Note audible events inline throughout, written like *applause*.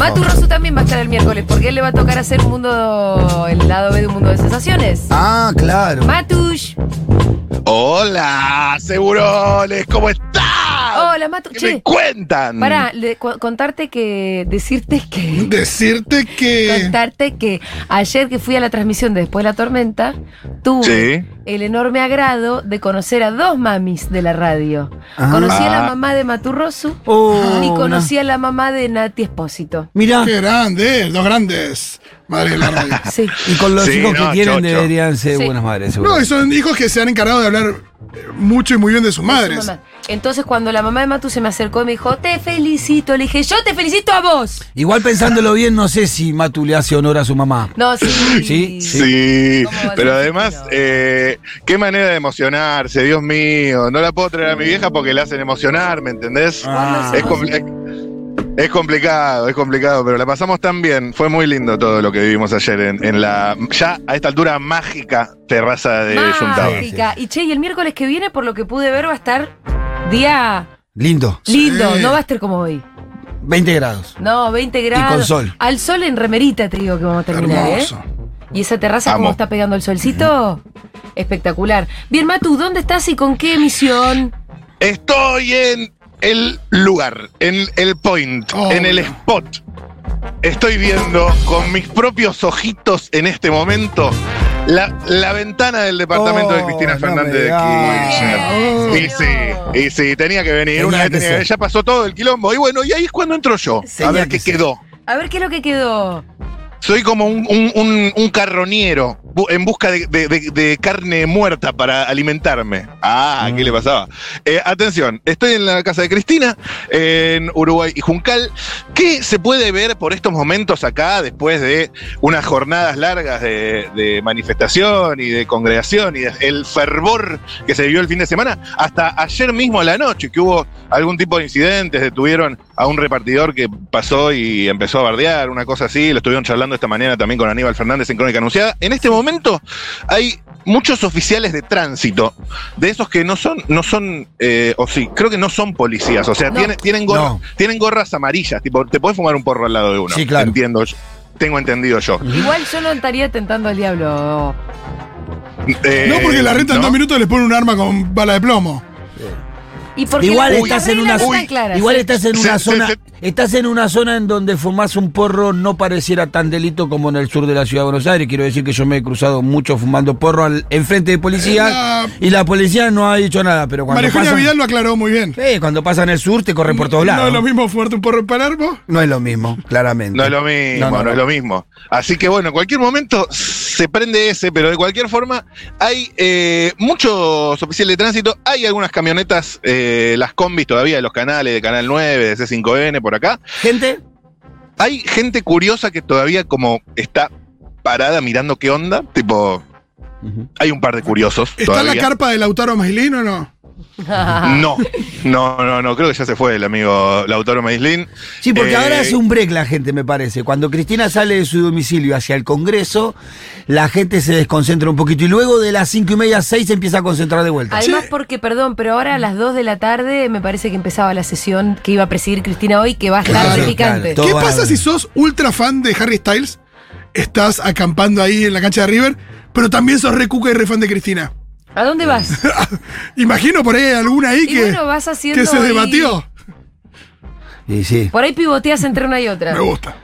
Matu Rosso también va a estar el miércoles, porque él le va a tocar hacer un mundo, el lado B de un mundo de sensaciones. Ah, claro. Matush. Hola, seguroles, ¿cómo están? Hola, Matu. ¿Qué me Che, cuentan? para contarte que. Decirte que. Decirte que. Contarte que ayer que fui a la transmisión de Después de la Tormenta, tuve Sí. el enorme agrado de conocer a dos mamis de la radio. Ah. Conocí a la mamá de Maturrosu Oh, y una- conocí a la mamá de Nati Espósito. Mirá, Qué grande, dos grandes madres de la radio. *laughs* Sí. y con los Sí, hijos no, que tienen chocho. deberían ser Sí. buenas madres, seguro. No, y son hijos que se han encargado de hablar eh, mucho y muy bien de sus Su madres. mamá. Entonces cuando la mamá de Matu se me acercó y me dijo, te felicito, le dije, yo te felicito a vos. Igual pensándolo bien, no sé si Matu le hace honor a su mamá. No, sí. Sí, Sí, ¿Cómo va a pero ser además, que no? eh, qué manera de emocionarse, Dios mío. No la puedo traer a mi vieja porque la hacen emocionar, ¿me entendés? Ah. Es, compli- es complicado, es complicado, pero la pasamos tan bien. Fue muy lindo todo lo que vivimos ayer en, en la, ya a esta altura mágica terraza de Yuntao. Mágica. Y che, y el miércoles que viene, por lo que pude ver, va a estar día Lindo, lindo, no va a estar como hoy. 20 grados. No, 20 grados. con sol. Al sol en remerita, te digo que vamos a terminar, Hermoso. ¿eh? Y esa terraza, como Amo. está pegando el solcito, espectacular. Bien, Matu, ¿dónde estás y con qué emisión? Estoy en el lugar, en el point, Oh, en el bueno. spot. Estoy viendo con mis propios ojitos en este momento la, la ventana del departamento de Oh, Cristina no Fernández me de digas. Kirchner. Muy bien, Y señor. sí, y sí, tenía que venir. Tenía una vez que tenía que- ser. ya pasó todo el quilombo. Y bueno, y ahí es cuando entro yo. Tenía a ver que qué ser. quedó. A ver qué es lo que quedó. Soy como un, un- un- un carroñero bu- en busca de, de- de- de carne muerta para alimentarme. Ah, ¿qué le pasaba? Eh, atención, estoy en la casa de Cristina, en Uruguay y Juncal. ¿Qué se puede ver por estos momentos acá después de unas jornadas largas de, de manifestación y de congregación y de- el fervor que se vivió el fin de semana? Hasta ayer mismo a la noche, que hubo algún tipo de incidentes, detuvieron a un repartidor que pasó y empezó a bardear, una cosa así, lo estuvieron charlando esta mañana también con Aníbal Fernández en Crónica Anunciada. En este momento hay muchos oficiales de tránsito, de esos que no son, no son, eh, o sí, creo que no son policías, o sea, No. tienen, tienen, gorra- No. tienen gorras amarillas, tipo, te podés fumar un porro al lado de uno. Sí, claro. Entiendo, yo- tengo entendido yo. Igual yo no estaría tentando al diablo. Eh, No, porque la renta en ¿no? dos minutos les pone un arma con bala de plomo. Y porque Igual las- estás las en una reglas uy, están claras. Igual ¿eh? estás en Se- una se- zona, se- estás en una zona en donde fumás un porro no pareciera tan delito como en el sur de la ciudad de Buenos Aires. Quiero decir que yo me he cruzado mucho fumando porro al, enfrente de policía La- y la policía no ha dicho nada, pero cuando Eh, María Eugenia pasan, Vidal lo aclaró muy bien. Eh, cuando pasan el sur te corren por todos lados. No es lo mismo fuerte un porro en Palermo. No es lo mismo, claramente. No es lo mismo, No, no, no, no. es lo mismo. Así que bueno, en cualquier momento se prende ese, pero de cualquier forma hay eh, muchos oficiales de tránsito, hay algunas camionetas, eh, las combis todavía de los canales, de Canal 9, de C5N por acá. Gente, Hay gente curiosa que todavía como está parada mirando qué onda, tipo, hay un par de curiosos. ¿Está todavía. la carpa de Lautaro Maslin *laughs* o no? No, no, no, no, creo que ya se fue el amigo Lautaro Maislin. Sí, porque Eh, ahora hace un break la gente, me parece. Cuando Cristina sale de su domicilio hacia el Congreso, la gente se desconcentra un poquito y luego de las cinco y media a seis se empieza a concentrar de vuelta. Además, porque, perdón, pero ahora a las 2 de la tarde me parece que empezaba la sesión que iba a presidir Cristina hoy, que va a estar Claro, repicante. claro, Todo ¿Qué bárbaro. pasa si sos ultra fan de Harry Styles? Estás acampando ahí en la cancha de River, pero también sos re cuca y re fan de Cristina. ¿A dónde vas? *laughs* Imagino por ahí alguna ahí Y que, bueno, vas haciendo. que se ahí- debatió. Y sí. Por ahí pivoteas entre una y otra. Me gusta.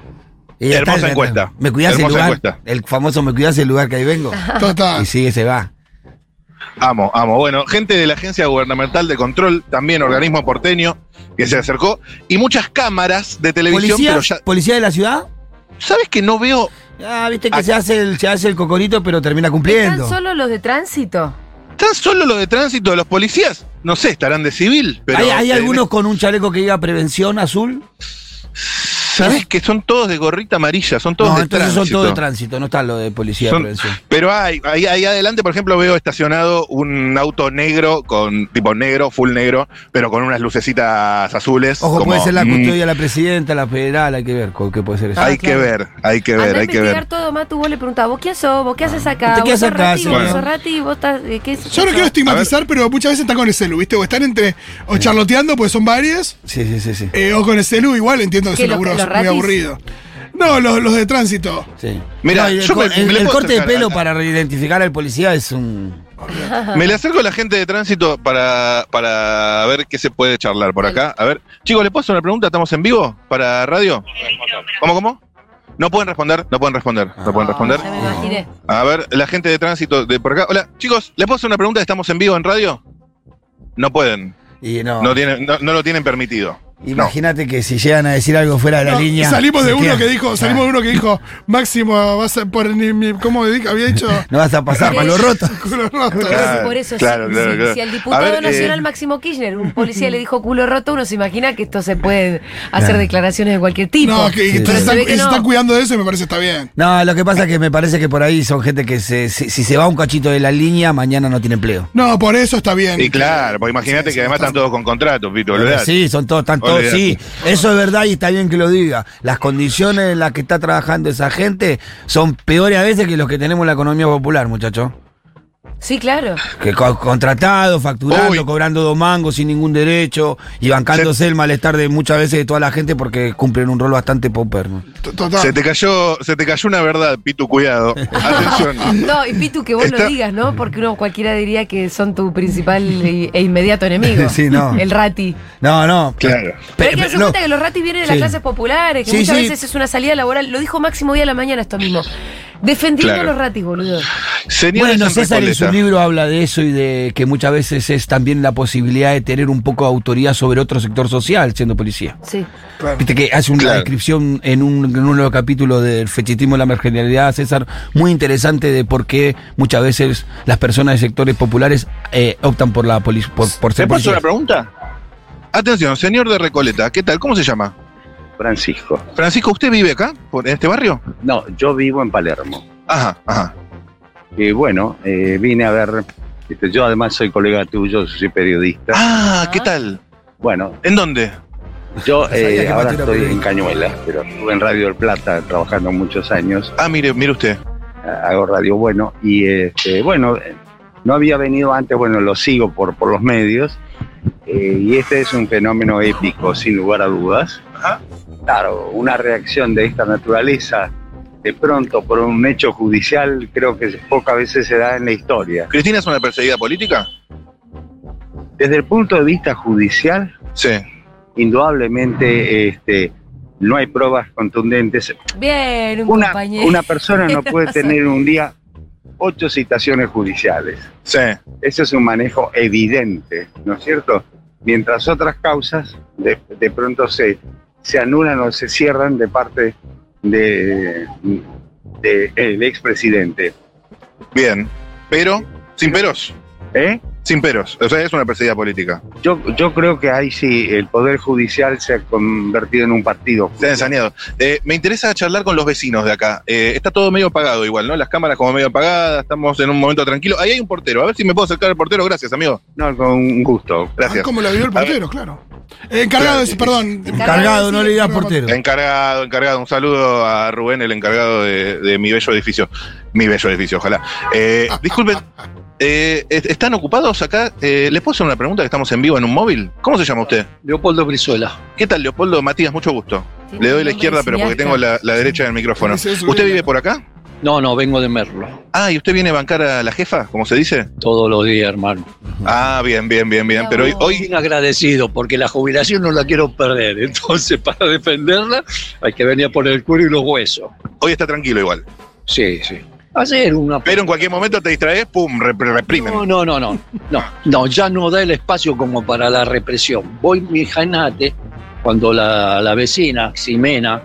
Y ya Hermosa está, encuesta. Me cuidás el Hermosa lugar. encuesta. El famoso me cuidás el lugar que ahí vengo. Total. Y sigue, se va. Amo, amo. Bueno, gente de la Agencia Gubernamental de Control, también organismo porteño, que se acercó, y muchas cámaras de televisión, ¿Policía? pero ya. ¿Policía de la ciudad? ¿Sabes que no veo? Ah, viste que Ah. se hace, el, se hace el cocorito, pero termina ¿Están cumpliendo. solo los de tránsito? Tan solo lo de tránsito de los policías. No sé, estarán de civil, pero. ¿Hay, hay eh, algunos con un chaleco que diga prevención azul? ¿Sabes que son todos de gorrita amarilla? Son todos No, de entonces tránsito. son todos de tránsito, no están los de policía Son- de prevención. Pero hay, ahí, ahí adelante, por ejemplo, veo estacionado un auto negro, con tipo negro, full negro, pero con unas lucecitas azules. Ojo, como, puede ser la mm, custodia de la presidenta, la federal, hay que ver con qué puede ser eso. hay Ah, que claro. ver, hay que ver, Andá a hay que ver. investigar todo, Matu. Vos le preguntás, ¿vos quién sos? ¿Vos qué haces acá? ¿Te ¿Vos qué haces sos acá, rati? ¿Vos señor? sos rati? ¿Vos estás- eh, qué es- Yo no quiero estigmatizar, pero muchas veces están con el celu, ¿viste? O están entre. o charloteando, pues son varias. Sí, sí, sí, sí. eh, o con el celu, igual entiendo que es Que un lo- laburo los los muy ratis? aburrido. No, los, los de tránsito. Sí. Mirá, No, y el, yo co- me- el- me le el puedo corte de acercar a- pelo a- para reidentificar al policía es un. Me le acerco a la gente de tránsito para, para ver qué se puede charlar por acá. A ver, chicos, ¿le puedo hacer una pregunta? ¿Estamos en vivo para radio? ¿Cómo, cómo? No pueden responder, no pueden responder, no Ah. pueden responder. Ya me Ah, imaginé. A ver, la gente de tránsito de por acá. Hola, chicos, ¿les puedo hacer una pregunta? ¿Estamos en vivo en radio? No pueden, Y no. no, tienen, no, no lo tienen permitido. No. Imagínate que si llegan a decir algo fuera de la No, línea. salimos de se uno quedan- que dijo, salimos de uno que dijo, Máximo, vas a por ni- ni- ¿cómo dijo? había dicho? *laughs* No vas a *laughs* pasar por los rotos. Culo roto. Claro, por eso, claro, si, claro, si- claro. si al diputado A ver, eh, nacional Máximo Kirchner, un policía le dijo culo roto, uno se imagina que esto se puede hacer declaraciones de cualquier tipo. No, que, que Pero se están, ve que se no. están cuidando de eso y me parece que está bien. No, lo que pasa es que me parece que por ahí son gente que se- si, si se va un cachito de la línea, mañana no tiene empleo. No, por eso está bien. Y claro, porque imagínate que además están todos con contratos, Pito, ¿verdad? Sí, son todos, están todos, Olvidate. sí. Eso es verdad y está bien que lo diga. Las condiciones en las que está trabajando esa gente son peores a veces que los que tenemos en la economía popular, muchachos. Sí, claro. Que co- contratado, facturando, Uy. cobrando dos mangos sin ningún derecho y bancándose el malestar de muchas veces de toda la gente porque cumplen un rol bastante popper. ¿no? T- Total. Se te cayó, se te cayó una verdad, Pitu, *laughs* cuidado. Atención. *laughs* No, y Pitu, que vos lo Está- digas, ¿no? Porque uno cualquiera diría que son tu principal y- e inmediato enemigo. *laughs* Sí, no. El rati. No, no. Claro. Pero hay que darse no. cuenta que los ratis vienen de las Sí. clases populares, que Sí, muchas sí. veces es una salida laboral. Lo dijo Máximo hoy a la mañana esto mismo. Defendiendo Claro. a los ratis, boludo. Señores Bueno, en César en su Recoleta. libro habla de eso y de que muchas veces es también la posibilidad de tener un poco de autoridad sobre otro sector social siendo policía. Sí. Claro. Viste que hace una Claro. descripción en, un, en uno de los capítulos del fechitismo de la marginalidad, César, muy interesante de por qué muchas veces las personas de sectores populares eh, optan por la poli- por, por ¿Te ser puedo hacer policías. una pregunta? Atención, señor de Recoleta, ¿qué tal? ¿Cómo se llama? Francisco. Francisco, ¿usted vive acá? por- ¿En este barrio? No, yo vivo en Palermo. Ajá, ajá. Y bueno, eh, vine a ver. este, yo además soy colega tuyo, soy periodista. Ah, ¿qué Ah. tal? Bueno, ¿En dónde? yo Sabía eh, que ahora Mati era estoy en periodista. Cañuelas, pero estuve en Radio del Plata trabajando muchos años. Ah, mire, mire usted. Hago radio bueno. Y este, bueno, eh, no había venido antes, bueno, lo sigo por, por los medios. eh, y este es un fenómeno épico, sin lugar a dudas. Claro, una reacción de esta naturaleza de pronto por un hecho judicial creo que pocas veces se da en la historia. ¿Cristina es una perseguida política? Desde el punto de vista judicial, Sí. indudablemente este, no hay pruebas contundentes. Bien, un Una, compañero. una persona no *laughs* puede Razón. tener un día ocho citaciones judiciales. Sí. Ese es un manejo evidente, ¿no es cierto? Mientras otras causas de, de pronto se, se anulan o se cierran de parte del de, el expresidente. Bien. Pero, sin peros. ¿Eh? Sin peros. O sea, es una perseguida política. Yo, yo creo que ahí sí el Poder Judicial se ha convertido en un partido. Se han ensañado. Eh, me interesa charlar con los vecinos de acá. Eh, está todo medio apagado igual, ¿no? Las cámaras como medio apagadas, estamos en un momento tranquilo. Ahí hay un portero. A ver si me puedo acercar al portero. Gracias, amigo. No, con gusto. Ah, Gracias. como lo vio el portero, claro. Eh, encargado, de- perdón. Cargado, no le digas Pero- portero. Encargado, encargado. Un saludo a Rubén, el encargado de, de mi bello edificio. Mi bello edificio, ojalá. *laughs* Eh, disculpen, eh, est- ¿están ocupados acá? Eh, ¿Les puedo hacer una pregunta que estamos en vivo en un móvil? ¿Cómo se llama usted? Leopoldo Brizuela. ¿Qué tal, Leopoldo? Matías, mucho gusto. Tiene Le doy un la nombre izquierda, pero porque cineasta. tengo la, la derecha del micrófono. Sí, sí, sí, ¿Usted sí. vive por acá? No, no, vengo de Merlo. Ah, ¿y usted viene a bancar a la jefa, como se dice? Todos los días, hermano. Ah, bien, bien, bien, bien. Bravo. Pero hoy, hoy- Bien agradecido porque la jubilación no la quiero perder. *laughs* Entonces, para defenderla, hay que venir a poner el cuero y los huesos. hoy está tranquilo igual. Sí, sí. Hacer una. Pero en cualquier momento te distraes, pum, rep- reprimen. No, no, no, no, *laughs* no, no, ya no da el espacio como para la represión. Voy mi janate cuando la, la vecina, Ximena,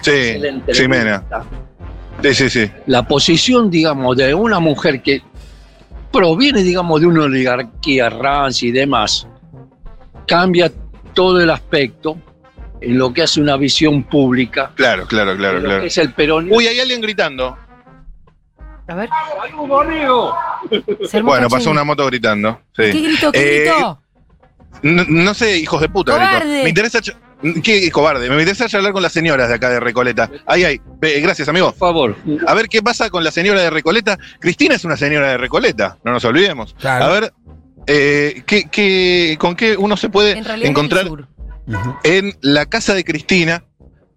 Sí, excelente Ximena. periodista, Sí, sí, sí. la posición, digamos, de una mujer que proviene, digamos, de una oligarquía, rancia y demás, cambia todo el aspecto en lo que hace una visión pública, Claro, claro, claro, de lo claro. que es el peronismo. Uy, hay alguien gritando. A ver. Sermo Bueno, Cachín. pasó una moto gritando. ¿Qué Sí. gritó? ¿Qué Eh, gritó? No, no sé, hijos de puta. gritó. Cobarde. Me interesa. ch- ¿Qué cobarde? Me interesa charlar con las señoras de acá de Recoleta. Ay, ay. Ve, Gracias, amigo. Por favor, A ver qué pasa con la señora de Recoleta. Cristina es una señora de Recoleta, no nos olvidemos. Claro. A ver, eh, ¿qué, qué- con qué uno se puede En realidad encontrar en el sur. Ujú. en la casa de Cristina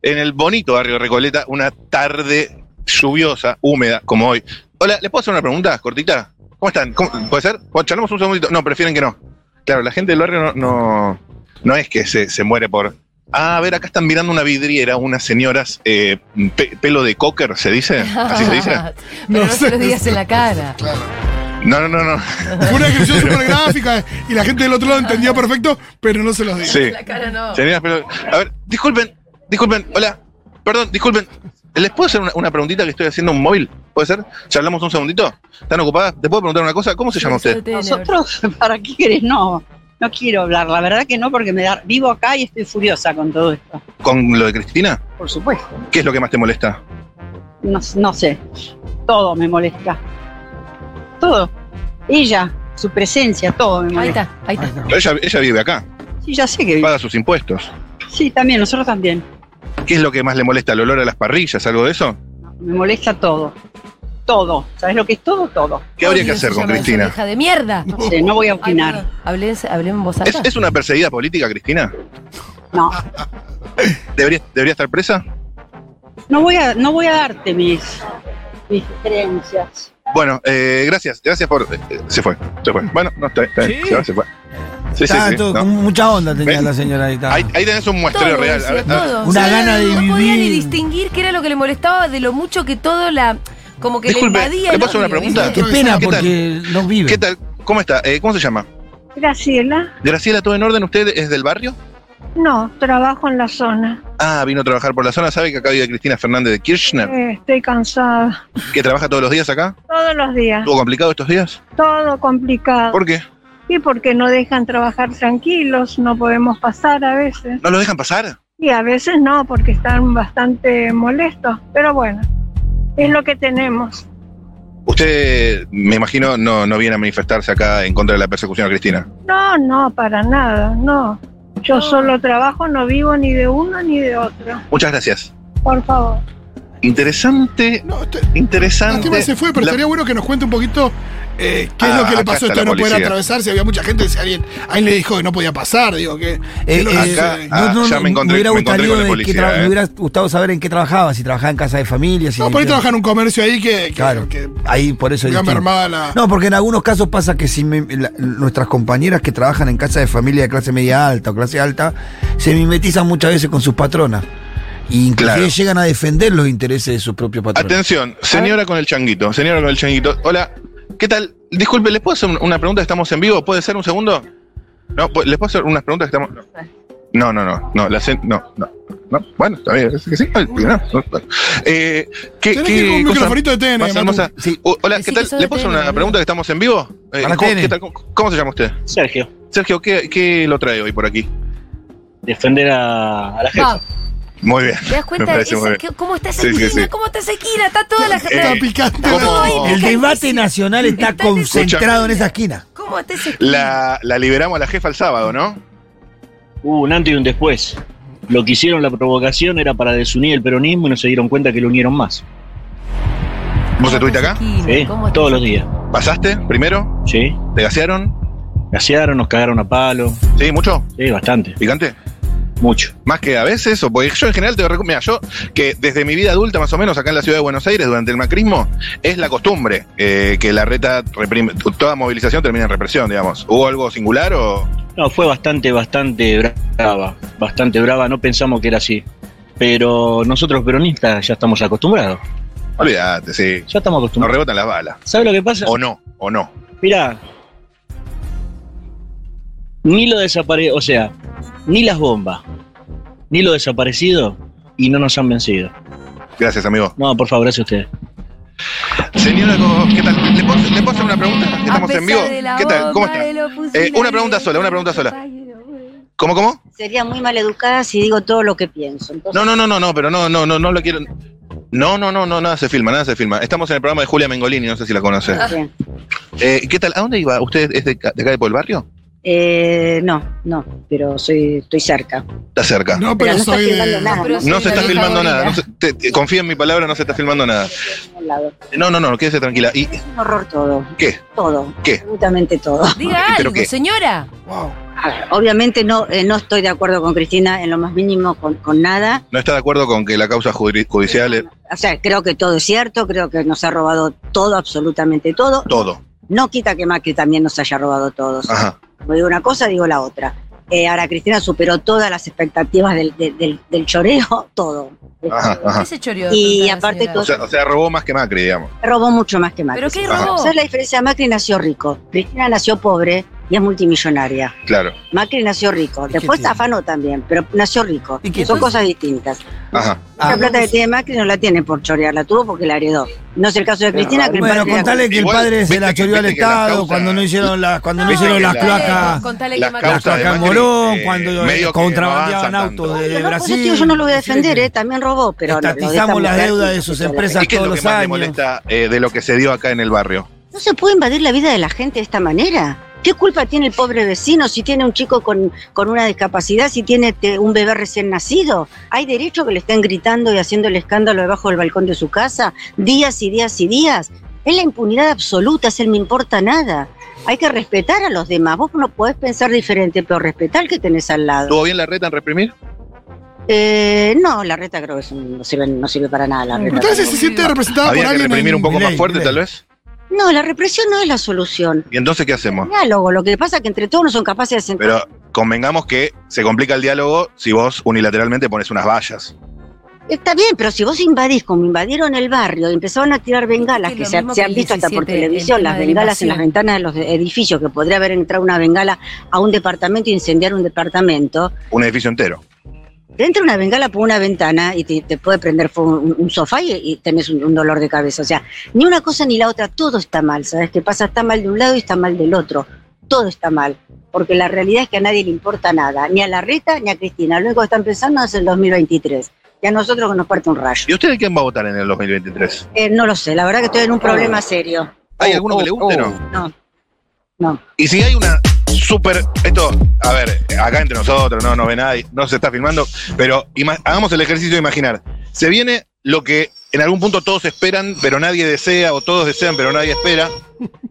en el bonito barrio de Recoleta, una tarde lluviosa, húmeda, como hoy. Hola, ¿les puedo hacer una pregunta cortita? ¿Cómo están? ¿Cómo- ¿Puede ser? Bueno, charlamos un segundito. No, prefieren que no. Claro, la gente del barrio no, no, no es que se, se muere por. Ah, a ver, acá están mirando una vidriera, unas señoras, eh, pe- pelo de cocker, ¿se dice? *laughs* ¿Así se *laughs* *laughs* dice? Pero no, No se sé. los digas en la cara. No, no, no, no. Fue una *laughs* descripción súper gráfica y la gente del otro lado entendió perfecto, pero no se los digo. Sí. En la cara no. Señoras, pero- A ver, disculpen, disculpen, hola. Perdón, disculpen. ¿Les puedo hacer una, una preguntita que estoy haciendo un móvil? ¿Puede ser? ¿Charlamos un segundito? ¿Están ocupadas? ¿Te puedo preguntar una cosa? ¿Cómo se llama usted? Suéltate, Nosotros, *laughs* ¿para qué querés? No, no quiero hablar, la verdad que no, porque me da, vivo acá y estoy furiosa con todo esto, ¿Con lo de Cristina? por supuesto. ¿Qué es lo que más te molesta? No, no sé, todo me molesta. Todo. Ella, su presencia, todo me Ahí molesta. está, ahí está. Pero ella, ella vive acá, Sí, ya sé que vive. paga sus impuestos. Sí, también, nosotros también. ¿Qué es lo que más le molesta? ¿El olor a las parrillas? ¿Algo de eso? Me molesta todo. Todo. ¿Sabes lo que es todo? Todo. ¿Qué habría que Odio hacer se con llama esa Cristina? Hija de mierda. No sé, no voy a Ay, opinar. perdón. Hablé, en- hablé en voz ¿Es, alta. es una perseguida política, Cristina? No. ¿Debería, debería estar presa? No voy a, no voy a darte mis, mis creencias. Bueno, eh, gracias, gracias por. eh, eh, se fue, se fue. Bueno, no está, está bien, Sí. se va, se fue. Sí, sí, Estaba sí, Ah, todo- no. con mucha onda tenía ¿Ven? la señora ahí. estaba. Ahí, ahí tenés un muestreo Todo, real. decía, A ver, a ver. todo. Una gana de No podía ni vivir. distinguir qué era lo que le molestaba de lo mucho que todo la. Como que Disculpe, le invadía. ¿le el puedo hacer odio, una pregunta? ¿viste? Qué pena ¿Qué tal? porque no vive. ¿Qué tal? ¿Cómo está? Eh, ¿Cómo se llama? Graciela, Graciela, ¿todo en orden? ¿Usted es del barrio? no, trabajo en la zona. Ah, vino a trabajar por la zona. ¿Sabe que acá vive Cristina Fernández de Kirchner? Eh, estoy cansada. ¿Que trabaja todos los días acá? Todos los días, ¿Estuvo complicado estos días? todo complicado. ¿Por qué? Y porque no dejan trabajar tranquilos, no podemos pasar a veces. ¿No los dejan pasar? Y a veces no, porque están bastante molestos. Pero bueno, es lo que tenemos. Usted, me imagino, no, no viene a manifestarse acá en contra de la persecución a Cristina. No, no, para nada, no. Yo solo trabajo, no vivo ni de uno ni de otro. Muchas gracias. Por favor. Interesante, No, este- interesante. lástima se fue, pero La- estaría bueno que nos cuente un poquito eh, qué es Ah, lo que le acá pasó está esto de la no poder policía. atravesar. Si había mucha gente, si alguien, alguien le dijo que no podía pasar, digo que. Eh, que no- eh, acá- no, ah, ya me encontré- hubiera gustado me encontré con el de qué policía, tra- eh. me hubiera gustado saber en qué trabajaba, si trabajaba en casa de familia, si no, por ahí limpiaba. trabaja en un comercio ahí que. que- Claro, que ahí por eso es digamos, distinto. armada la. No, porque en algunos casos pasa que si me- la- nuestras compañeras que trabajan en casa de familia de clase media alta o clase alta se mimetizan muchas veces con sus patronas. Y inclusive Claro. llegan a defender los intereses de sus propios patrones. Atención, señora con el changuito, señora con el changuito. Hola, ¿qué tal? Disculpe, ¿les puedo hacer un- una pregunta? ¿Estamos en vivo? ¿Puede ser un segundo? No, ¿pu- ¿les puedo hacer unas preguntas que estamos.? No, no, no, no, la sen- no, no, no. Bueno, está bien, es que sí. no, no, no. Eh, Tenés ¿qué, que ir qué con un cosa microfonito de TN. más hermosa? Sí. O- hola, Decí ¿qué que tal? sos de ¿Le puedo hacer TN, una boludo. pregunta que estamos en vivo? Eh, Para ¿cómo, TN. qué tal? ¿Cómo- cómo se llama usted? Sergio, Sergio, ¿qué, qué lo trae hoy por aquí? defender a, a la gente. Va, Muy bien. ¿Te das Me cuenta? parece Esa- muy bien. que- ¿Cómo está Sí, sí, Sequina? sí. ¿Cómo está Sequina? Está toda la Está Eh, picante. ¿cómo- la- Ay, El debate nacional está Está en esa concentrado en esquina. esa esquina. ¿Cómo está Sequina? La, la liberamos a la jefa el sábado, ¿no? Hubo un antes y un después. Lo que hicieron la provocación era para desunir el peronismo y no se dieron cuenta que lo unieron más. ¿Vos estuviste acá? ¿sí? Todos los días. ¿Pasaste primero? ¿sí? ¿Te gasearon? Gasearon, nos cagaron a palo. ¿Sí? ¿Mucho? Sí, bastante, ¿Picante? mucho. Más que a veces, o porque yo en general te recu- Mira, yo, que desde mi vida adulta, más o menos, acá en la ciudad de Buenos Aires, durante el macrismo, es la costumbre eh, que la reta reprime. Toda movilización termina en represión, digamos. ¿Hubo algo singular o.? No, fue bastante, bastante brava. Bastante brava, no pensamos que era así. Pero nosotros peronistas ya estamos acostumbrados. Olvídate, sí. Ya estamos Nos acostumbrados. rebotan las balas. ¿Sabes lo que pasa? O no, o no. Mirá, ni lo desaparecido, o sea, ni las bombas, ni lo desaparecido y no nos han vencido. Gracias, amigo. No, por favor, gracias a ustedes. Señora, ¿qué tal? ¿Le puedo, le puedo hacer una pregunta? Estamos en vivo. ¿Qué tal? ¿Cómo está? Eh, una pregunta sola, una pregunta sola. ¿Cómo, cómo? Sería muy maleducada si digo todo lo que pienso. No, no, no, no, no, pero no, no, no, no lo quiero. No, no, no, no, nada se filma, nada se filma. Estamos en el programa de Julia Mengolini, no sé si la conoces. Ah, Eh, ¿Qué tal? ¿A dónde iba? ¿Usted es de, ca- de acá de por el barrio? Eh, no, no, pero soy, estoy cerca. Está cerca. No, No, pero no está soy de. filmando nada. se está filmando nada. no se- te- te- confía en mi palabra, no se está filmando nada. No, no, no, quédese tranquila. ¿Y Un horror todo, qué? todo, ¿Qué? absolutamente todo. Eh, Diga ¿pero algo, qué? señora. Wow. A ver, obviamente no, eh, no estoy de acuerdo con Cristina en lo más mínimo con, con nada. No está de acuerdo con que la causa judi- judicial es O sea, creo que todo es cierto, creo que nos ha robado todo, absolutamente todo. todo. No quita que Macri también nos haya robado todos. Ajá. Como digo una cosa, digo la otra. Eh, ahora Cristina superó todas las expectativas del, del, del- del choreo, *laughs* todo. Ajá, ajá. Ese choreo. Y tanta, aparte señora. O sea, o sea, robó más que Macri, digamos. Robó mucho más que Macri. ¿Pero qué Ajá. robó? Esa es la diferencia. Macri nació rico. Cristina nació pobre y es multimillonaria. Claro. Macri nació rico. qué Después tiene? afanó también, pero nació rico. ¿Y qué Son tiene? cosas distintas. Ajá. Ah, la plata que tiene Macri no la tiene por chorear, la tuvo porque la heredó. No es el caso de Cristina, que el Bueno, padre era- contale que el Igual, padre se viste la que- choreó al viste que las Estado causas- cuando no hicieron las cuando no No, hicieron que las la- cloacas. Contale que Las Macri- Las causas de cloacas en Macri, Morón, eh, cuando medio que contrabandeaban no avanza autos tanto. de, Pero de no, por eso, Brasil. tío, yo no lo voy a defender, eh, también robó, pero no, lo de esta Estatizamos las mujer, deudas de sí, sus sí, sí, empresas. ¿Y qué es lo todos que los más te años. molesta eh, de lo que se dio acá en el barrio? No se puede invadir la vida de la gente de esta manera. ¿Qué culpa tiene el pobre vecino si tiene un chico con, con una discapacidad, si tiene este, un bebé recién nacido? ¿Hay derecho que le estén gritando y haciendo el escándalo debajo del balcón de su casa días y días y días? Es la impunidad absoluta, es el me importa nada. Hay que respetar a los demás. Vos no podés pensar diferente, pero respetar al que tenés al lado. ¿Tuvo bien la reta en reprimir? Eh, no, la reta creo que es un- no, sirve, no sirve para nada. La Pero reta. ¿Ustedes se siente representada por Había que alguien? reprimir en- un poco más Milei, fuerte, Milei. tal vez. No, la represión no es la solución. ¿Y entonces qué hacemos? Diálogo, lo que pasa es que entre todos no son capaces de sentar. Pero convengamos que se complica el diálogo si vos unilateralmente pones unas vallas. Está bien, pero si vos invadís, como invadieron el barrio, y empezaron a tirar bengalas, Es que lo se, mismo se que han el visto hasta por 17, el televisión, tema las de la bengalas en las invasión. ventanas de los edificios, que podría haber entrado una bengala a un departamento e incendiar un departamento, Un edificio entero. te entra una bengala por una ventana y te, te puede prender fuego un, un sofá y, y tenés un, un dolor de cabeza. O sea, ni una cosa ni la otra, todo está mal, ¿sabes? Que pasa, está mal de un lado y está mal del otro. Todo está mal, porque la realidad es que a nadie le importa nada, ni a la Rita ni a Cristina. Lo único que están pensando es el 2023. Y a nosotros que nos parte un rayo. ¿Y ustedes quién va a votar en el 2023? Eh, no lo sé, la verdad que estoy en un problema serio. ¿Hay alguno que le guste o no? No. No. Y si hay una súper. Esto, a ver, acá entre nosotros, no nos ve nadie, no se está filmando, pero ima- hagamos el ejercicio de imaginar. Se viene lo que en algún punto todos esperan, pero nadie desea, o todos desean, pero nadie espera,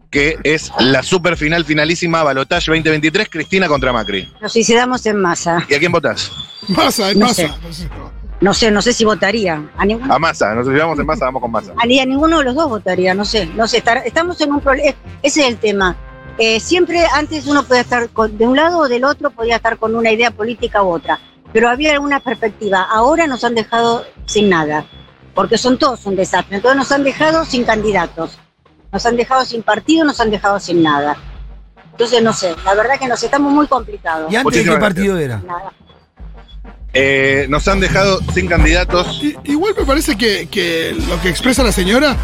que es la super final, finalísima, Balotage 2023, Cristina contra Macri. Nos suicidamos en masa. ¿Y a quién votás? Pasa, No pasa. sé. No sé, no sé si votaría. A ninguno, A Massa, nos llevamos en Massa, vamos con Massa. a, ni- a ninguno de los dos votaría, no sé. No sé, estar- estamos en un problema. Ese es el tema. Eh, siempre antes uno podía estar con- de un lado o del otro, podía estar con una idea política u otra. Pero había alguna perspectiva. Ahora nos han dejado sin nada. Porque son todos un desastre. Entonces nos han dejado sin candidatos. Nos han dejado sin partido, nos han dejado sin nada. Entonces no sé, la verdad que nos estamos muy complicados. ¿Y antes de qué Muchísimas partido era? Nada. Eh, nos han dejado sin candidatos. I- Igual me parece que, que lo que expresa la señora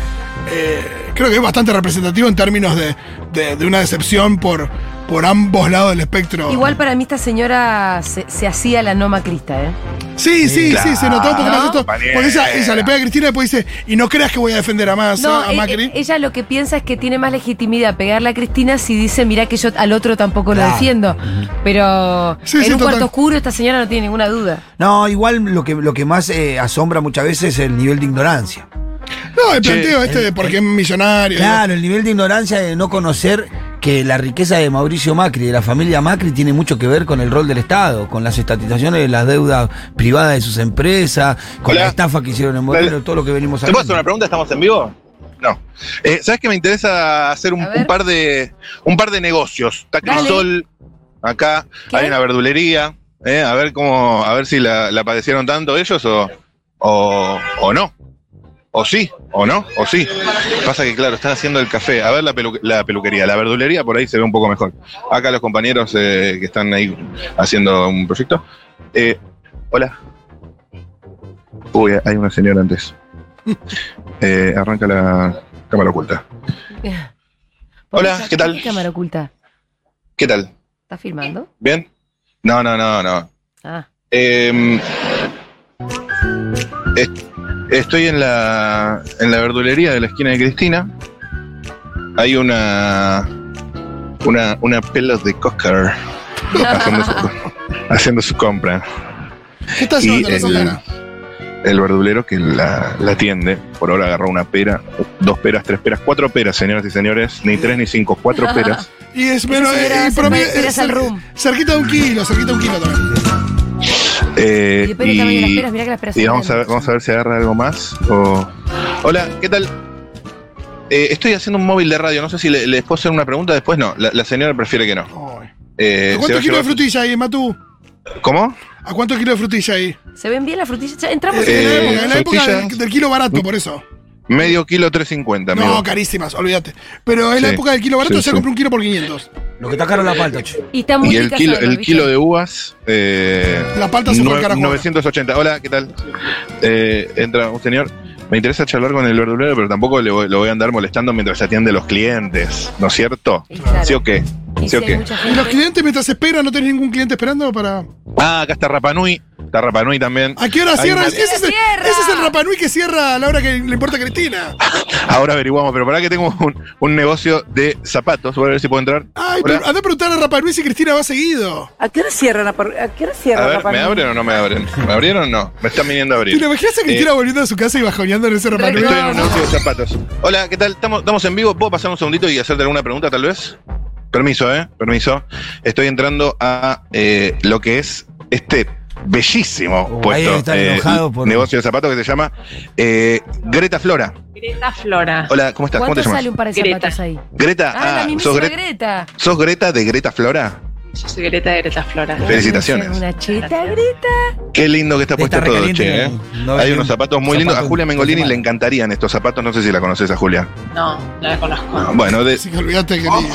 eh, creo que es bastante representativo en términos de, de- de una decepción por, por ambos lados del espectro. Igual para mí esta señora se, se hacía la no macrista, ¿eh? Sí, sí, Claro, sí, se notó porque, ¿no? nosotros- porque ella, ella le pega a Cristina y después dice, y no creas que voy a defender a Massa, No, a e- Macri. e- ella lo que piensa es que tiene más legitimidad pegarle a Cristina si dice, mirá que yo al otro tampoco lo Claro. defiendo. Pero Sí, en sí, un total. cuarto oscuro esta señora no tiene ninguna duda. No, igual lo que, lo que más eh, asombra muchas veces es el nivel de ignorancia. no, el Che, planteo este de por qué es millonario. Claro, el nivel de ignorancia de no conocer que la riqueza de Mauricio Macri, de la familia Macri, tiene mucho que ver con el rol del Estado, con las estatizaciones de las deudas privadas de sus empresas, con Hola. la estafa que hicieron en Moreno, todo lo que venimos ¿Te puedo hacer una hablando. pregunta? ¿Estamos en vivo? No. Eh, ¿Sabes que me interesa hacer un, A ver. un par de un par de negocios? Está Dale. Crisol, acá, ¿Qué? hay una verdulería. eh, a ver cómo, a ver si la, la padecieron tanto ellos o, o, o no. O sí, o no, o sí. Pasa que, claro, están haciendo el café. A ver la, pelu- la peluquería, la verdulería por ahí se ve un poco mejor. Acá los compañeros eh, que están ahí haciendo un proyecto. Eh, hola. Uy, hay una señora antes. Eh, arranca la cámara oculta. Porque Hola, esa- ¿qué tal? cámara oculta? ¿Qué tal? ¿Estás filmando? ¿Bien? No, no, no, no. Ah. Eh, est- estoy en la, en la verdulería de la esquina de Cristina. Hay una. Una, una pelo de cocker haciendo su, *laughs* haciendo su compra. ¿Qué está Y llevando la el, señora? el verdulero que la, la atiende, *laughs* por ahora agarró una pera, dos peras, tres peras, cuatro peras, señoras y señores, ni tres ni cinco, cuatro peras. Y es menos. sí era- eh, se promedio- parecía es al cer- room. cerquita de un kilo, cerquita de un kilo también. Eh, Y depende del tamaño de las peras, mirá que las peras y son vamos, a ver, grandes. vamos a ver si agarra algo más. o- Hola, ¿qué tal? Eh, estoy haciendo un móvil de radio, no sé si le- les puedo hacer una pregunta después. No, la, la señora prefiere que no. Ay. Eh, ¿A se va cuántos a kilos de llevar- frutilla hay, Matú? ¿Cómo? ¿A cuántos kilos de frutilla hay? ¿Se ven bien las frutillas? Ya Entramos en la Eh, época, en la época frutilla. del, del kilo Mm, barato, por eso. Medio kilo 350, amigo. No, carísimas, olvídate. Pero en la Sí, época del kilo barato, sí, se sí. compró un kilo por 500. Lo que está caro es la palta, che. y está muy y el rica kilo, sola, el ¿viste? kilo de uvas. Eh, La palta se fue al nue- carajo. 980. Hola, ¿qué tal? Eh, entra un señor. Me interesa charlar con el verdulero, pero tampoco le voy, lo voy a andar molestando mientras atiende los clientes, ¿no es cierto? Y claro. ¿Sí o qué? Y ¿Sí o si hay qué? mucha ¿Y los gente- clientes mientras esperan? ¿No tenés ningún cliente esperando para.? Ah, acá está Rapanui. Está Rapanui también. ¿A qué hora Hay cierra? una- Ese es, el, ¡Cierra! ese es el Rapanui que cierra a la hora que le importa a Cristina. Ahora averiguamos, pero para que tengo un, un negocio de zapatos. Voy a ver si puedo entrar. Ay, Hola. pero anda a preguntar a Rapanui si Cristina va seguido. ¿A qué hora cierran? ¿A, par- a qué hora A cierran? ver, ¿me abren o no me abren? ¿Me abrieron o no? Me están viniendo a ¿Te abrir. lo imaginas a Cristina volviendo a su casa y bajoneando en ese Rapanui? Eh. Estoy en un negocio de zapatos. Hola, ¿qué tal? Estamos, estamos en vivo. ¿Puedo pasar un segundito y hacerte alguna pregunta, tal vez? Permiso, ¿eh? Permiso. Estoy entrando a eh, lo que es este bellísimo Oh, ahí puesto está eh, enojado por- negocio de zapatos que se llama eh, Greta Flora. Greta Flora. Hola, ¿cómo estás? ¿Cómo ¿Cuánto te llamas? sale un par de Greta. zapatos ahí? Greta, Ah, la ah, misma ¿sos, Gre- Greta. ¿sos Greta de Greta Flora? Yo soy Greta de Greta Flora. Felicitaciones. Una cheta, Greta. Qué lindo que está puesto Está todo, recaliente, che. ¿eh? no Hay venden unos zapatos muy lindos. A zapatos Julia Mengolini de le encantarían estos zapatos. No sé si la conoces a Julia. No, no la conozco. Bueno, de- Así que olvídate que. Oh.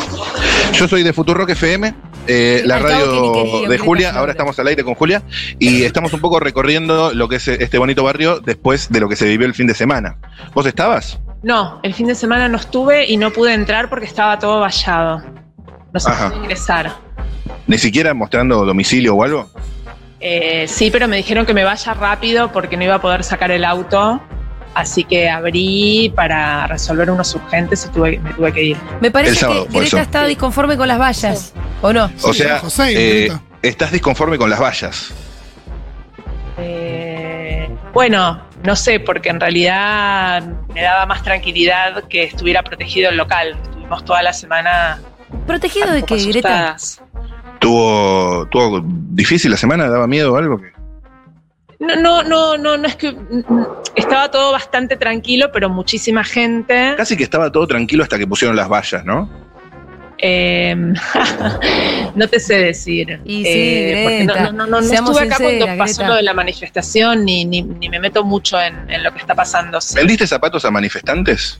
yo soy de Futurock FM, eh, Sí, la al cabo que ni radio quería, de Greta Julia. Flora. Ahora estamos al aire con Julia y estamos un poco recorriendo lo que es este bonito barrio después de lo que se vivió el fin de semana. ¿Vos estabas? No, el fin de semana no estuve y no pude entrar porque estaba todo vallado. No se Ajá. pudo ingresar. Ni siquiera mostrando domicilio o algo. Eh, sí, pero me dijeron que me vaya rápido porque no iba a poder sacar el auto. Así que abrí para resolver unos urgentes y tuve, me tuve que ir. Me parece El sábado, que por Greta eso. está disconforme con las vallas. ¿O no? O Sí, sea, José, eh, Greta. estás disconforme con las vallas. Eh, bueno, no sé, porque en realidad me daba más tranquilidad que estuviera protegido el local. Estuvimos toda la semana. ¿Protegido de un poco que Greta? asustadas. ¿Tuvo, ¿Tuvo difícil la semana? ¿Daba miedo o algo? No, no, no, no, no es que mm, estaba todo bastante tranquilo, pero muchísima gente. Casi que estaba todo tranquilo hasta que pusieron las vallas, ¿no? Eh, *laughs* no te sé decir. Eh, Y sí, porque no- no, Greta, no, no, no seamos estuve acá sinceras, cuando pasó Greta. lo de la manifestación, ni, ni, ni me meto mucho en, en lo que está pasando. sí. ¿Vendiste zapatos a manifestantes?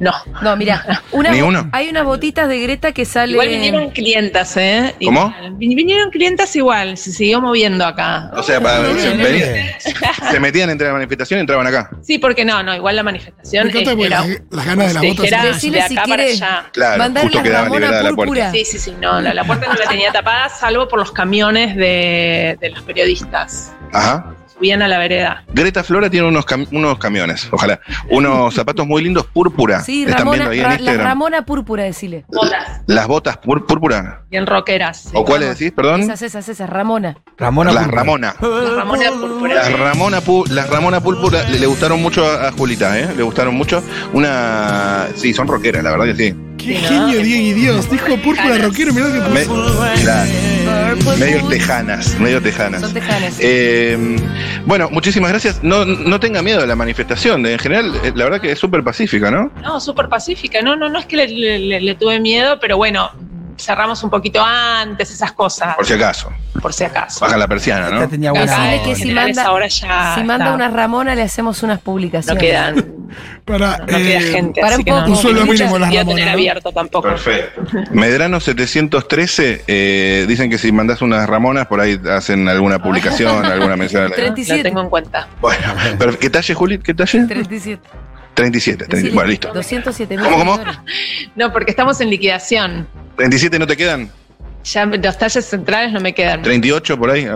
No. No, mira, una Ni bo- uno. hay unas botitas de Greta que Igual vinieron salen. clientas, ¿eh? ¿Cómo? Igual. Vin- Vinieron clientas igual, se siguió moviendo acá. O sea, para- bien, vení- bien. se metían entre la manifestación y entraban acá. Sí, porque no, no, igual la manifestación. Me encanta eh, porque era- las, las ganas de las se botas. dijera son- Decile de acá si para quiere. allá. Claro, Mandarle justo la quedaba Ramona liberada la puerta. Púrpura. Sí, sí, sí, no, la, la puerta no la tenía tapada, salvo por los camiones de, de los periodistas. Ajá. Subían a la vereda. Greta Flora tiene unos, cam- unos camiones, ojalá. *laughs* Unos zapatos muy lindos, púrpura. Sí, Ah, Están Ramona, viendo ahí en Ra- la Instagram. Ramona Púrpura, decile. Botas, Las botas púr- púrpura. bien rockeras. sí. ¿O cuáles decís, perdón? Esas, esas, esas, Ramona. Ramona. Las Pulpo. Ramona. Las Ramona Púrpura. Las Ramona, Pu- las Ramona Púrpura le, le gustaron mucho a, a Julita, ¿eh? Le gustaron mucho. Una. Sí, son rockeras, la verdad que sí. Qué Sí, ¿no? genio, Diego y Dios. Dijo púrpura Ganas. rockero, mirá lo que Me- puso. la- Purple medio Moon. tejanas, medio tejanas. Son tejanas. Eh, bueno, muchísimas gracias. No, no tenga miedo de la manifestación. En general, eh, la verdad que es súper pacífica, ¿no? No, súper pacífica. No, no, no es que le, le- le- le tuve miedo, pero bueno, cerramos un poquito antes esas cosas, Por si acaso. por si acaso. Baja la persiana, Esta ¿no? tenía Acá, buena. Decile que en si general, manda- esa hora ya Si manda está. una Ramona, le hacemos unas no publicaciones. quedan, Para, no queda eh, gente. para así un que no- poco. Un sueldo no tiene mínimo las sentido Ramona, tener ¿no? abierto tampoco. Perfecto. Medrano 713, eh, dicen que si mandas unas ramonas, por ahí hacen alguna publicación, alguna mención. a la- Treinta y- Lo tengo en cuenta. Bueno, pero ¿qué talle, Juli? ¿Qué talle? 37. 37. 30 Decile, bueno, listo. 207 mil ¿Cómo, cómo? seguidores. No, porque estamos en liquidación. 37 no te quedan. Ya los talles centrales no me quedan. 38 por ahí.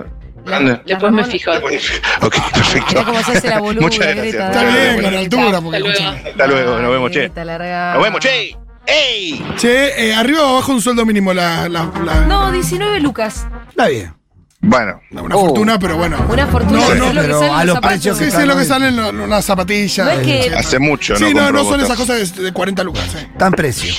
Grande. Después me Ramona. fijo. Ok, perfecto. Mirá cómo se hace la boluda, Muchas Greta, gracias. dale. Está bien, con altura, porque. Hasta luego. escúchame. Hasta luego, nos vemos, che. Greta, larga. Nos vemos, che. ¡Ey! Che, eh, arriba o abajo un sueldo mínimo la. la, la- No, 19 lucas. Está bien. Bueno, Una fortuna, pero bueno. Una fortuna. No, es no, lo que pero salen a los los zapatos. precios Sí, que sí, es lo que Está salen lo- lo- las zapatillas. No es que- hace mucho, Sí, ¿no? no, compro no son botas. esas cosas de de 40 lucas. eh. Está en precio.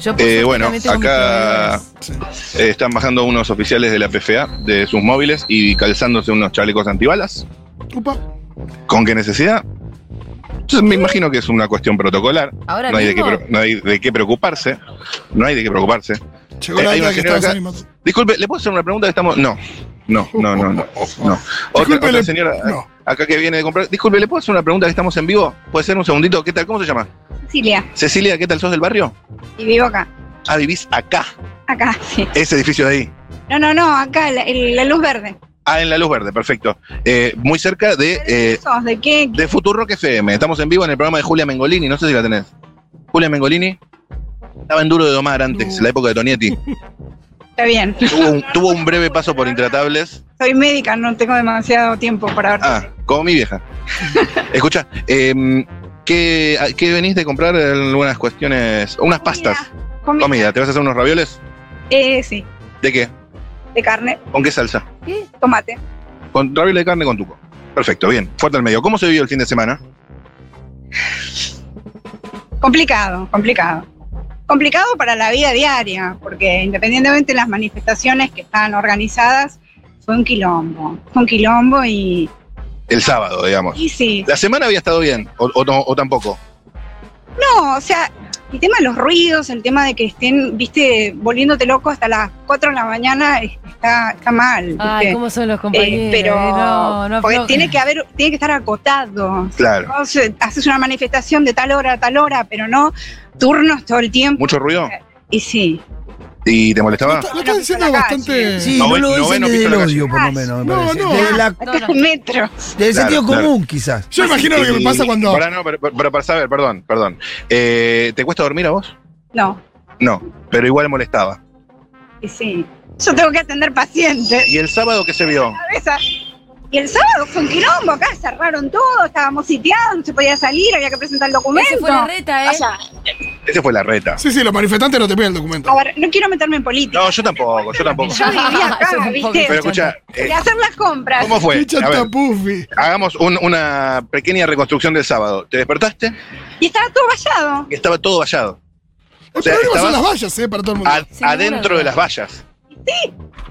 Yo por Eh, suerte bueno, también tengo mis acá- proveedores. Eh, están bajando unos oficiales de la PFA de sus móviles y calzándose unos chalecos antibalas. Upa. ¿Con qué necesidad? Yo me imagino que es una cuestión protocolar. Ahora No hay, de qué, mismo, pre- no hay de qué preocuparse. No hay de qué preocuparse. Llegó Eh, la hay hora que una señora estabas acá. animando. Disculpe, ¿le puedo hacer una pregunta? Estamos. No. No, no, no, no. no. Otra, Disculpe, otra le- señora no. acá que viene de comprar. Disculpe, ¿le puedo hacer una pregunta que estamos en vivo? ¿Puede ser un segundito? ¿Qué tal? ¿Cómo se llama? Cecilia, Cecilia, ¿qué tal? ¿Sos del barrio? y vivo acá. Ah, vivís *laughs* acá. Acá, sí. Ese edificio de ahí. No, no, no, acá, la, el- la luz verde. Ah, en la luz verde, perfecto. Eh, muy cerca de, eh, ¿Sos de qué? de Futuro FM. Estamos en vivo en el programa de Julia Mengolini. No sé si la tenés. Julia Mengolini estaba en Duro de Domar antes, la época de Tonietti. Está bien. tuvo, un, tuvo un breve paso por Intratables. Soy médica, no tengo demasiado tiempo para verte. Ah, como mi vieja. Escucha, em, ¿qué, a- qué venís de comprar? Algunas cuestiones. Unas pastas. Comida. Comida. ¿Te vas a hacer unos ravioles? Eh, sí, ¿De qué? de carne, ¿Con qué salsa? tomate. Con ravioles de carne con tuco. Perfecto, bien. Fuerte al medio. ¿Cómo se vivió el fin de semana? Complicado, complicado. Complicado para la vida diaria, porque independientemente de las manifestaciones que están organizadas, fue un quilombo. Fue un quilombo y, El sábado, digamos. y sí. La semana había estado bien, o, o no- o tampoco. No, o sea, el tema de los ruidos, el tema de que estén, viste, volviéndote loco hasta las 4 de la mañana, es- está, está mal. Ay, ¿viste? ¿cómo son los compañeros? Eh, pero eh? no, no, porque no. tiene que haber, tiene que estar acotado. Claro. Vos, eh, haces una manifestación de tal hora a tal hora, pero no turnos todo el tiempo. ¿Mucho ruido? Y sí. ¿Y te molestaba? Lo estás piso en diciendo la calle. Ah, bastante. Sí, No no, ve- lo no ve, dicen no desde piso el en la odio, calle. por lo menos, me No, parece. no. Desde la- No, no. Metro. del Claro, sentido claro. común, quizás. Yo imagino lo que me pasa cuando. Pará, no, pero, pero- pero para saber, perdón, perdón. Eh, ¿Te cuesta dormir a vos? No. No, pero igual molestaba. Y sí. Yo tengo que atender pacientes. ¿Y el sábado qué se vio? Esa- Y el sábado fue un quilombo acá, cerraron todo, estábamos sitiados, no se podía salir, había que presentar el documento. Ese fue la reta, ¿eh? O sea, Ese fue la reta. Sí, sí, los manifestantes no te piden el a documento. ver, no quiero meterme *laughs* en política. No, yo tampoco, yo tampoco. Yo vivía Eso acá, fue un poco ¿viste? Pero escucha, eh, De hacer las compras. ¿cómo fue? Qué A ver, puffy. hagamos un- una pequeña reconstrucción del sábado. ¿Te despertaste? Y estaba todo vallado. Y estaba todo vallado. El O sea, problema estabas- son las vallas, ¿eh? Para todo el mundo. a- Sin adentro duda. de las vallas.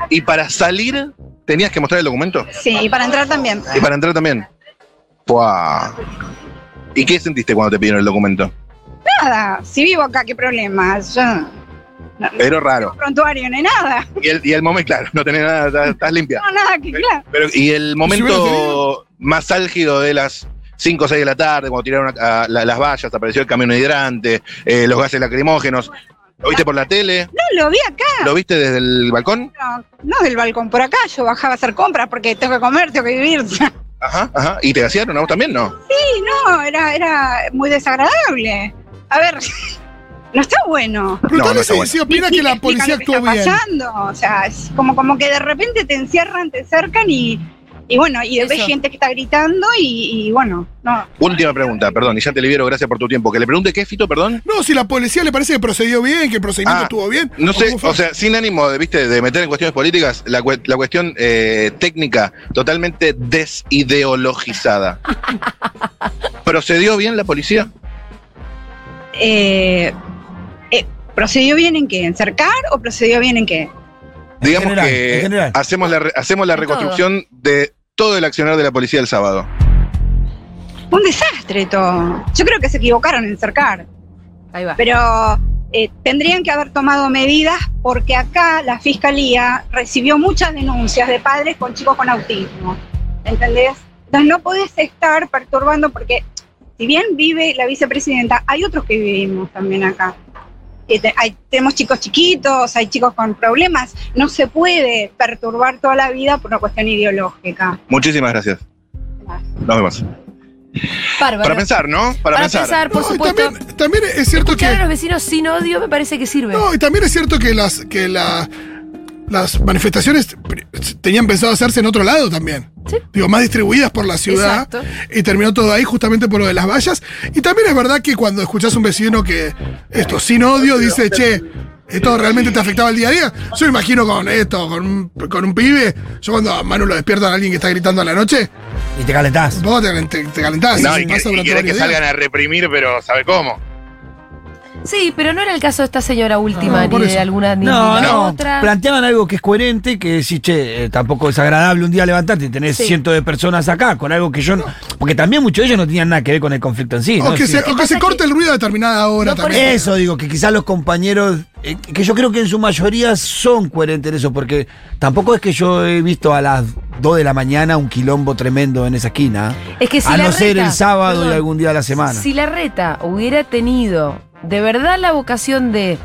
Y para salir, tenías que mostrar el documento. Sí, y para entrar también. Y para entrar también. ¡Puah! ¿Y qué sentiste cuando te pidieron el documento? Nada, si vivo acá, qué problema. Yo no, no Pero raro. prontuario, no hay nada. Y el, y el momento, claro, no tenés nada, estás, estás limpia. No, nada que claro. Pero, y el hubieras momento tenido? más álgido de las 5 o 6 de la tarde, cuando tiraron a- a la- las vallas, apareció el camión hidrante, eh, los gases lacrimógenos. ¿Lo viste por la tele? No, lo vi acá. ¿Lo viste desde el balcón? No, no del balcón por acá, yo bajaba a hacer compras porque tengo que comer, tengo que vivir. *laughs* Sí, Ajá, ajá. ¿Y te gasearon? ¿A vos también? No. no, era, era muy desagradable. A ver, *laughs* no está bueno. No, Preguntale no está si- bueno. si opina Ni- que ni la te policía actuó explican lo que bien. está pasando, o sea, es como, como que de repente te encierran, te cercan y, y bueno, y ves Eso. gente que está gritando y, y bueno, no. Última pregunta, perdón, y ya te libero, gracias por tu tiempo. Que le pregunte qué, Fito, perdón. No, si la policía le parece que procedió bien, que el procedimiento Ah, estuvo bien. No sé, cómo fue. o sea, sin ánimo de, ¿viste? de meter en cuestiones políticas, la, cue- la cuestión eh, técnica totalmente desideologizada. *laughs* ¿Procedió bien la policía? Eh, eh, ¿Procedió bien en qué? ¿En cercar o procedió bien en qué? Digamos general, en que general. hacemos la, re- hacemos la En todo. reconstrucción de todo el accionar de la policía el sábado. Un desastre todo. Yo creo que se equivocaron en cercar, Ahí va. pero eh, tendrían que haber tomado medidas porque acá la fiscalía recibió muchas denuncias de padres con chicos con autismo. ¿Entendés? Entonces no podés estar perturbando porque si bien vive la vicepresidenta, hay otros que vivimos también acá. Eh, te- hay- tenemos chicos chiquitos, hay chicos con problemas. No se puede perturbar toda la vida por una cuestión ideológica. Muchísimas gracias. Nos vemos. Bárbaro. Para pensar, ¿no? Para, Para pensar. pensar, por No, y supuesto. también, también es cierto que. Escuchar a los vecinos sin odio me parece que sirve. No, y también es cierto que las que la- las manifestaciones pr- tenían pensado hacerse en otro lado también. Sí. Digo, más distribuidas por la ciudad. Exacto. Y terminó todo ahí justamente por lo de las vallas. Y también es verdad que cuando escuchás a un vecino que esto, sin odio, dice, che, esto realmente te afectaba el día a día. Yo me imagino con esto, con un, con un pibe. Yo cuando a Manu lo despiertan a alguien que está gritando a la noche, Y te calentás. vos te, te- te calentás. No, eso y, que- pasa y durante querés que varios días. salgan a reprimir, pero ¿sabe cómo? Sí, pero no era el caso de esta señora última, No, por ni de eso. alguna ni No, de la no. otra. Planteaban algo que es coherente, que decís, che, eh, tampoco es agradable un día levantarte y tenés Sí. cientos de personas acá, con algo que yo no. Porque también muchos de ellos no tenían nada que ver con el conflicto en sí. O ¿no? que Sí. se, o que pasa se corte que- el ruido a determinada hora No, por también. Eso digo, que quizás los compañeros, eh, que yo creo que en su mayoría son coherentes en eso, porque tampoco es que yo he visto a las 2 de la mañana un quilombo tremendo en esa esquina. Es que si a la no ser reta- el sábado perdón, y algún día de la semana. Si la reta hubiera tenido de verdad la vocación de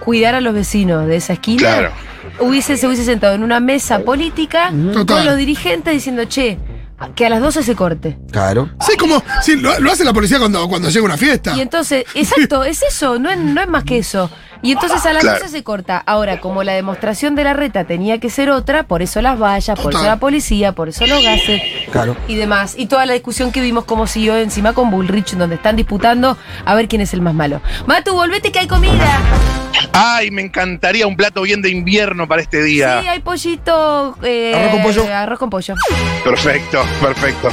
cuidar a los vecinos de esa esquina, Claro. hubiese, se hubiese sentado en una mesa política Total. con los dirigentes diciendo, che, a- que a las 12 se corte. Claro. Sí, como sí, lo, lo hace la policía cuando, cuando llega una fiesta. Y *laughs* entonces, exacto, es eso, no es, no es más que eso. Y entonces a las Claro. 12 se corta. Ahora, como la demostración de la reta tenía que ser otra, por eso las vallas, por eso Total. la policía, por eso los gases Claro. y demás. Y toda la discusión que vimos como siguió encima con Bullrich, en donde están disputando a ver quién es el más malo. Matu, volvete que hay comida. Ay, me encantaría un plato bien de invierno para este Sí, día. hay pollito. eh, Arroz con pollo. Arroz con pollo. Perfecto, perfecto.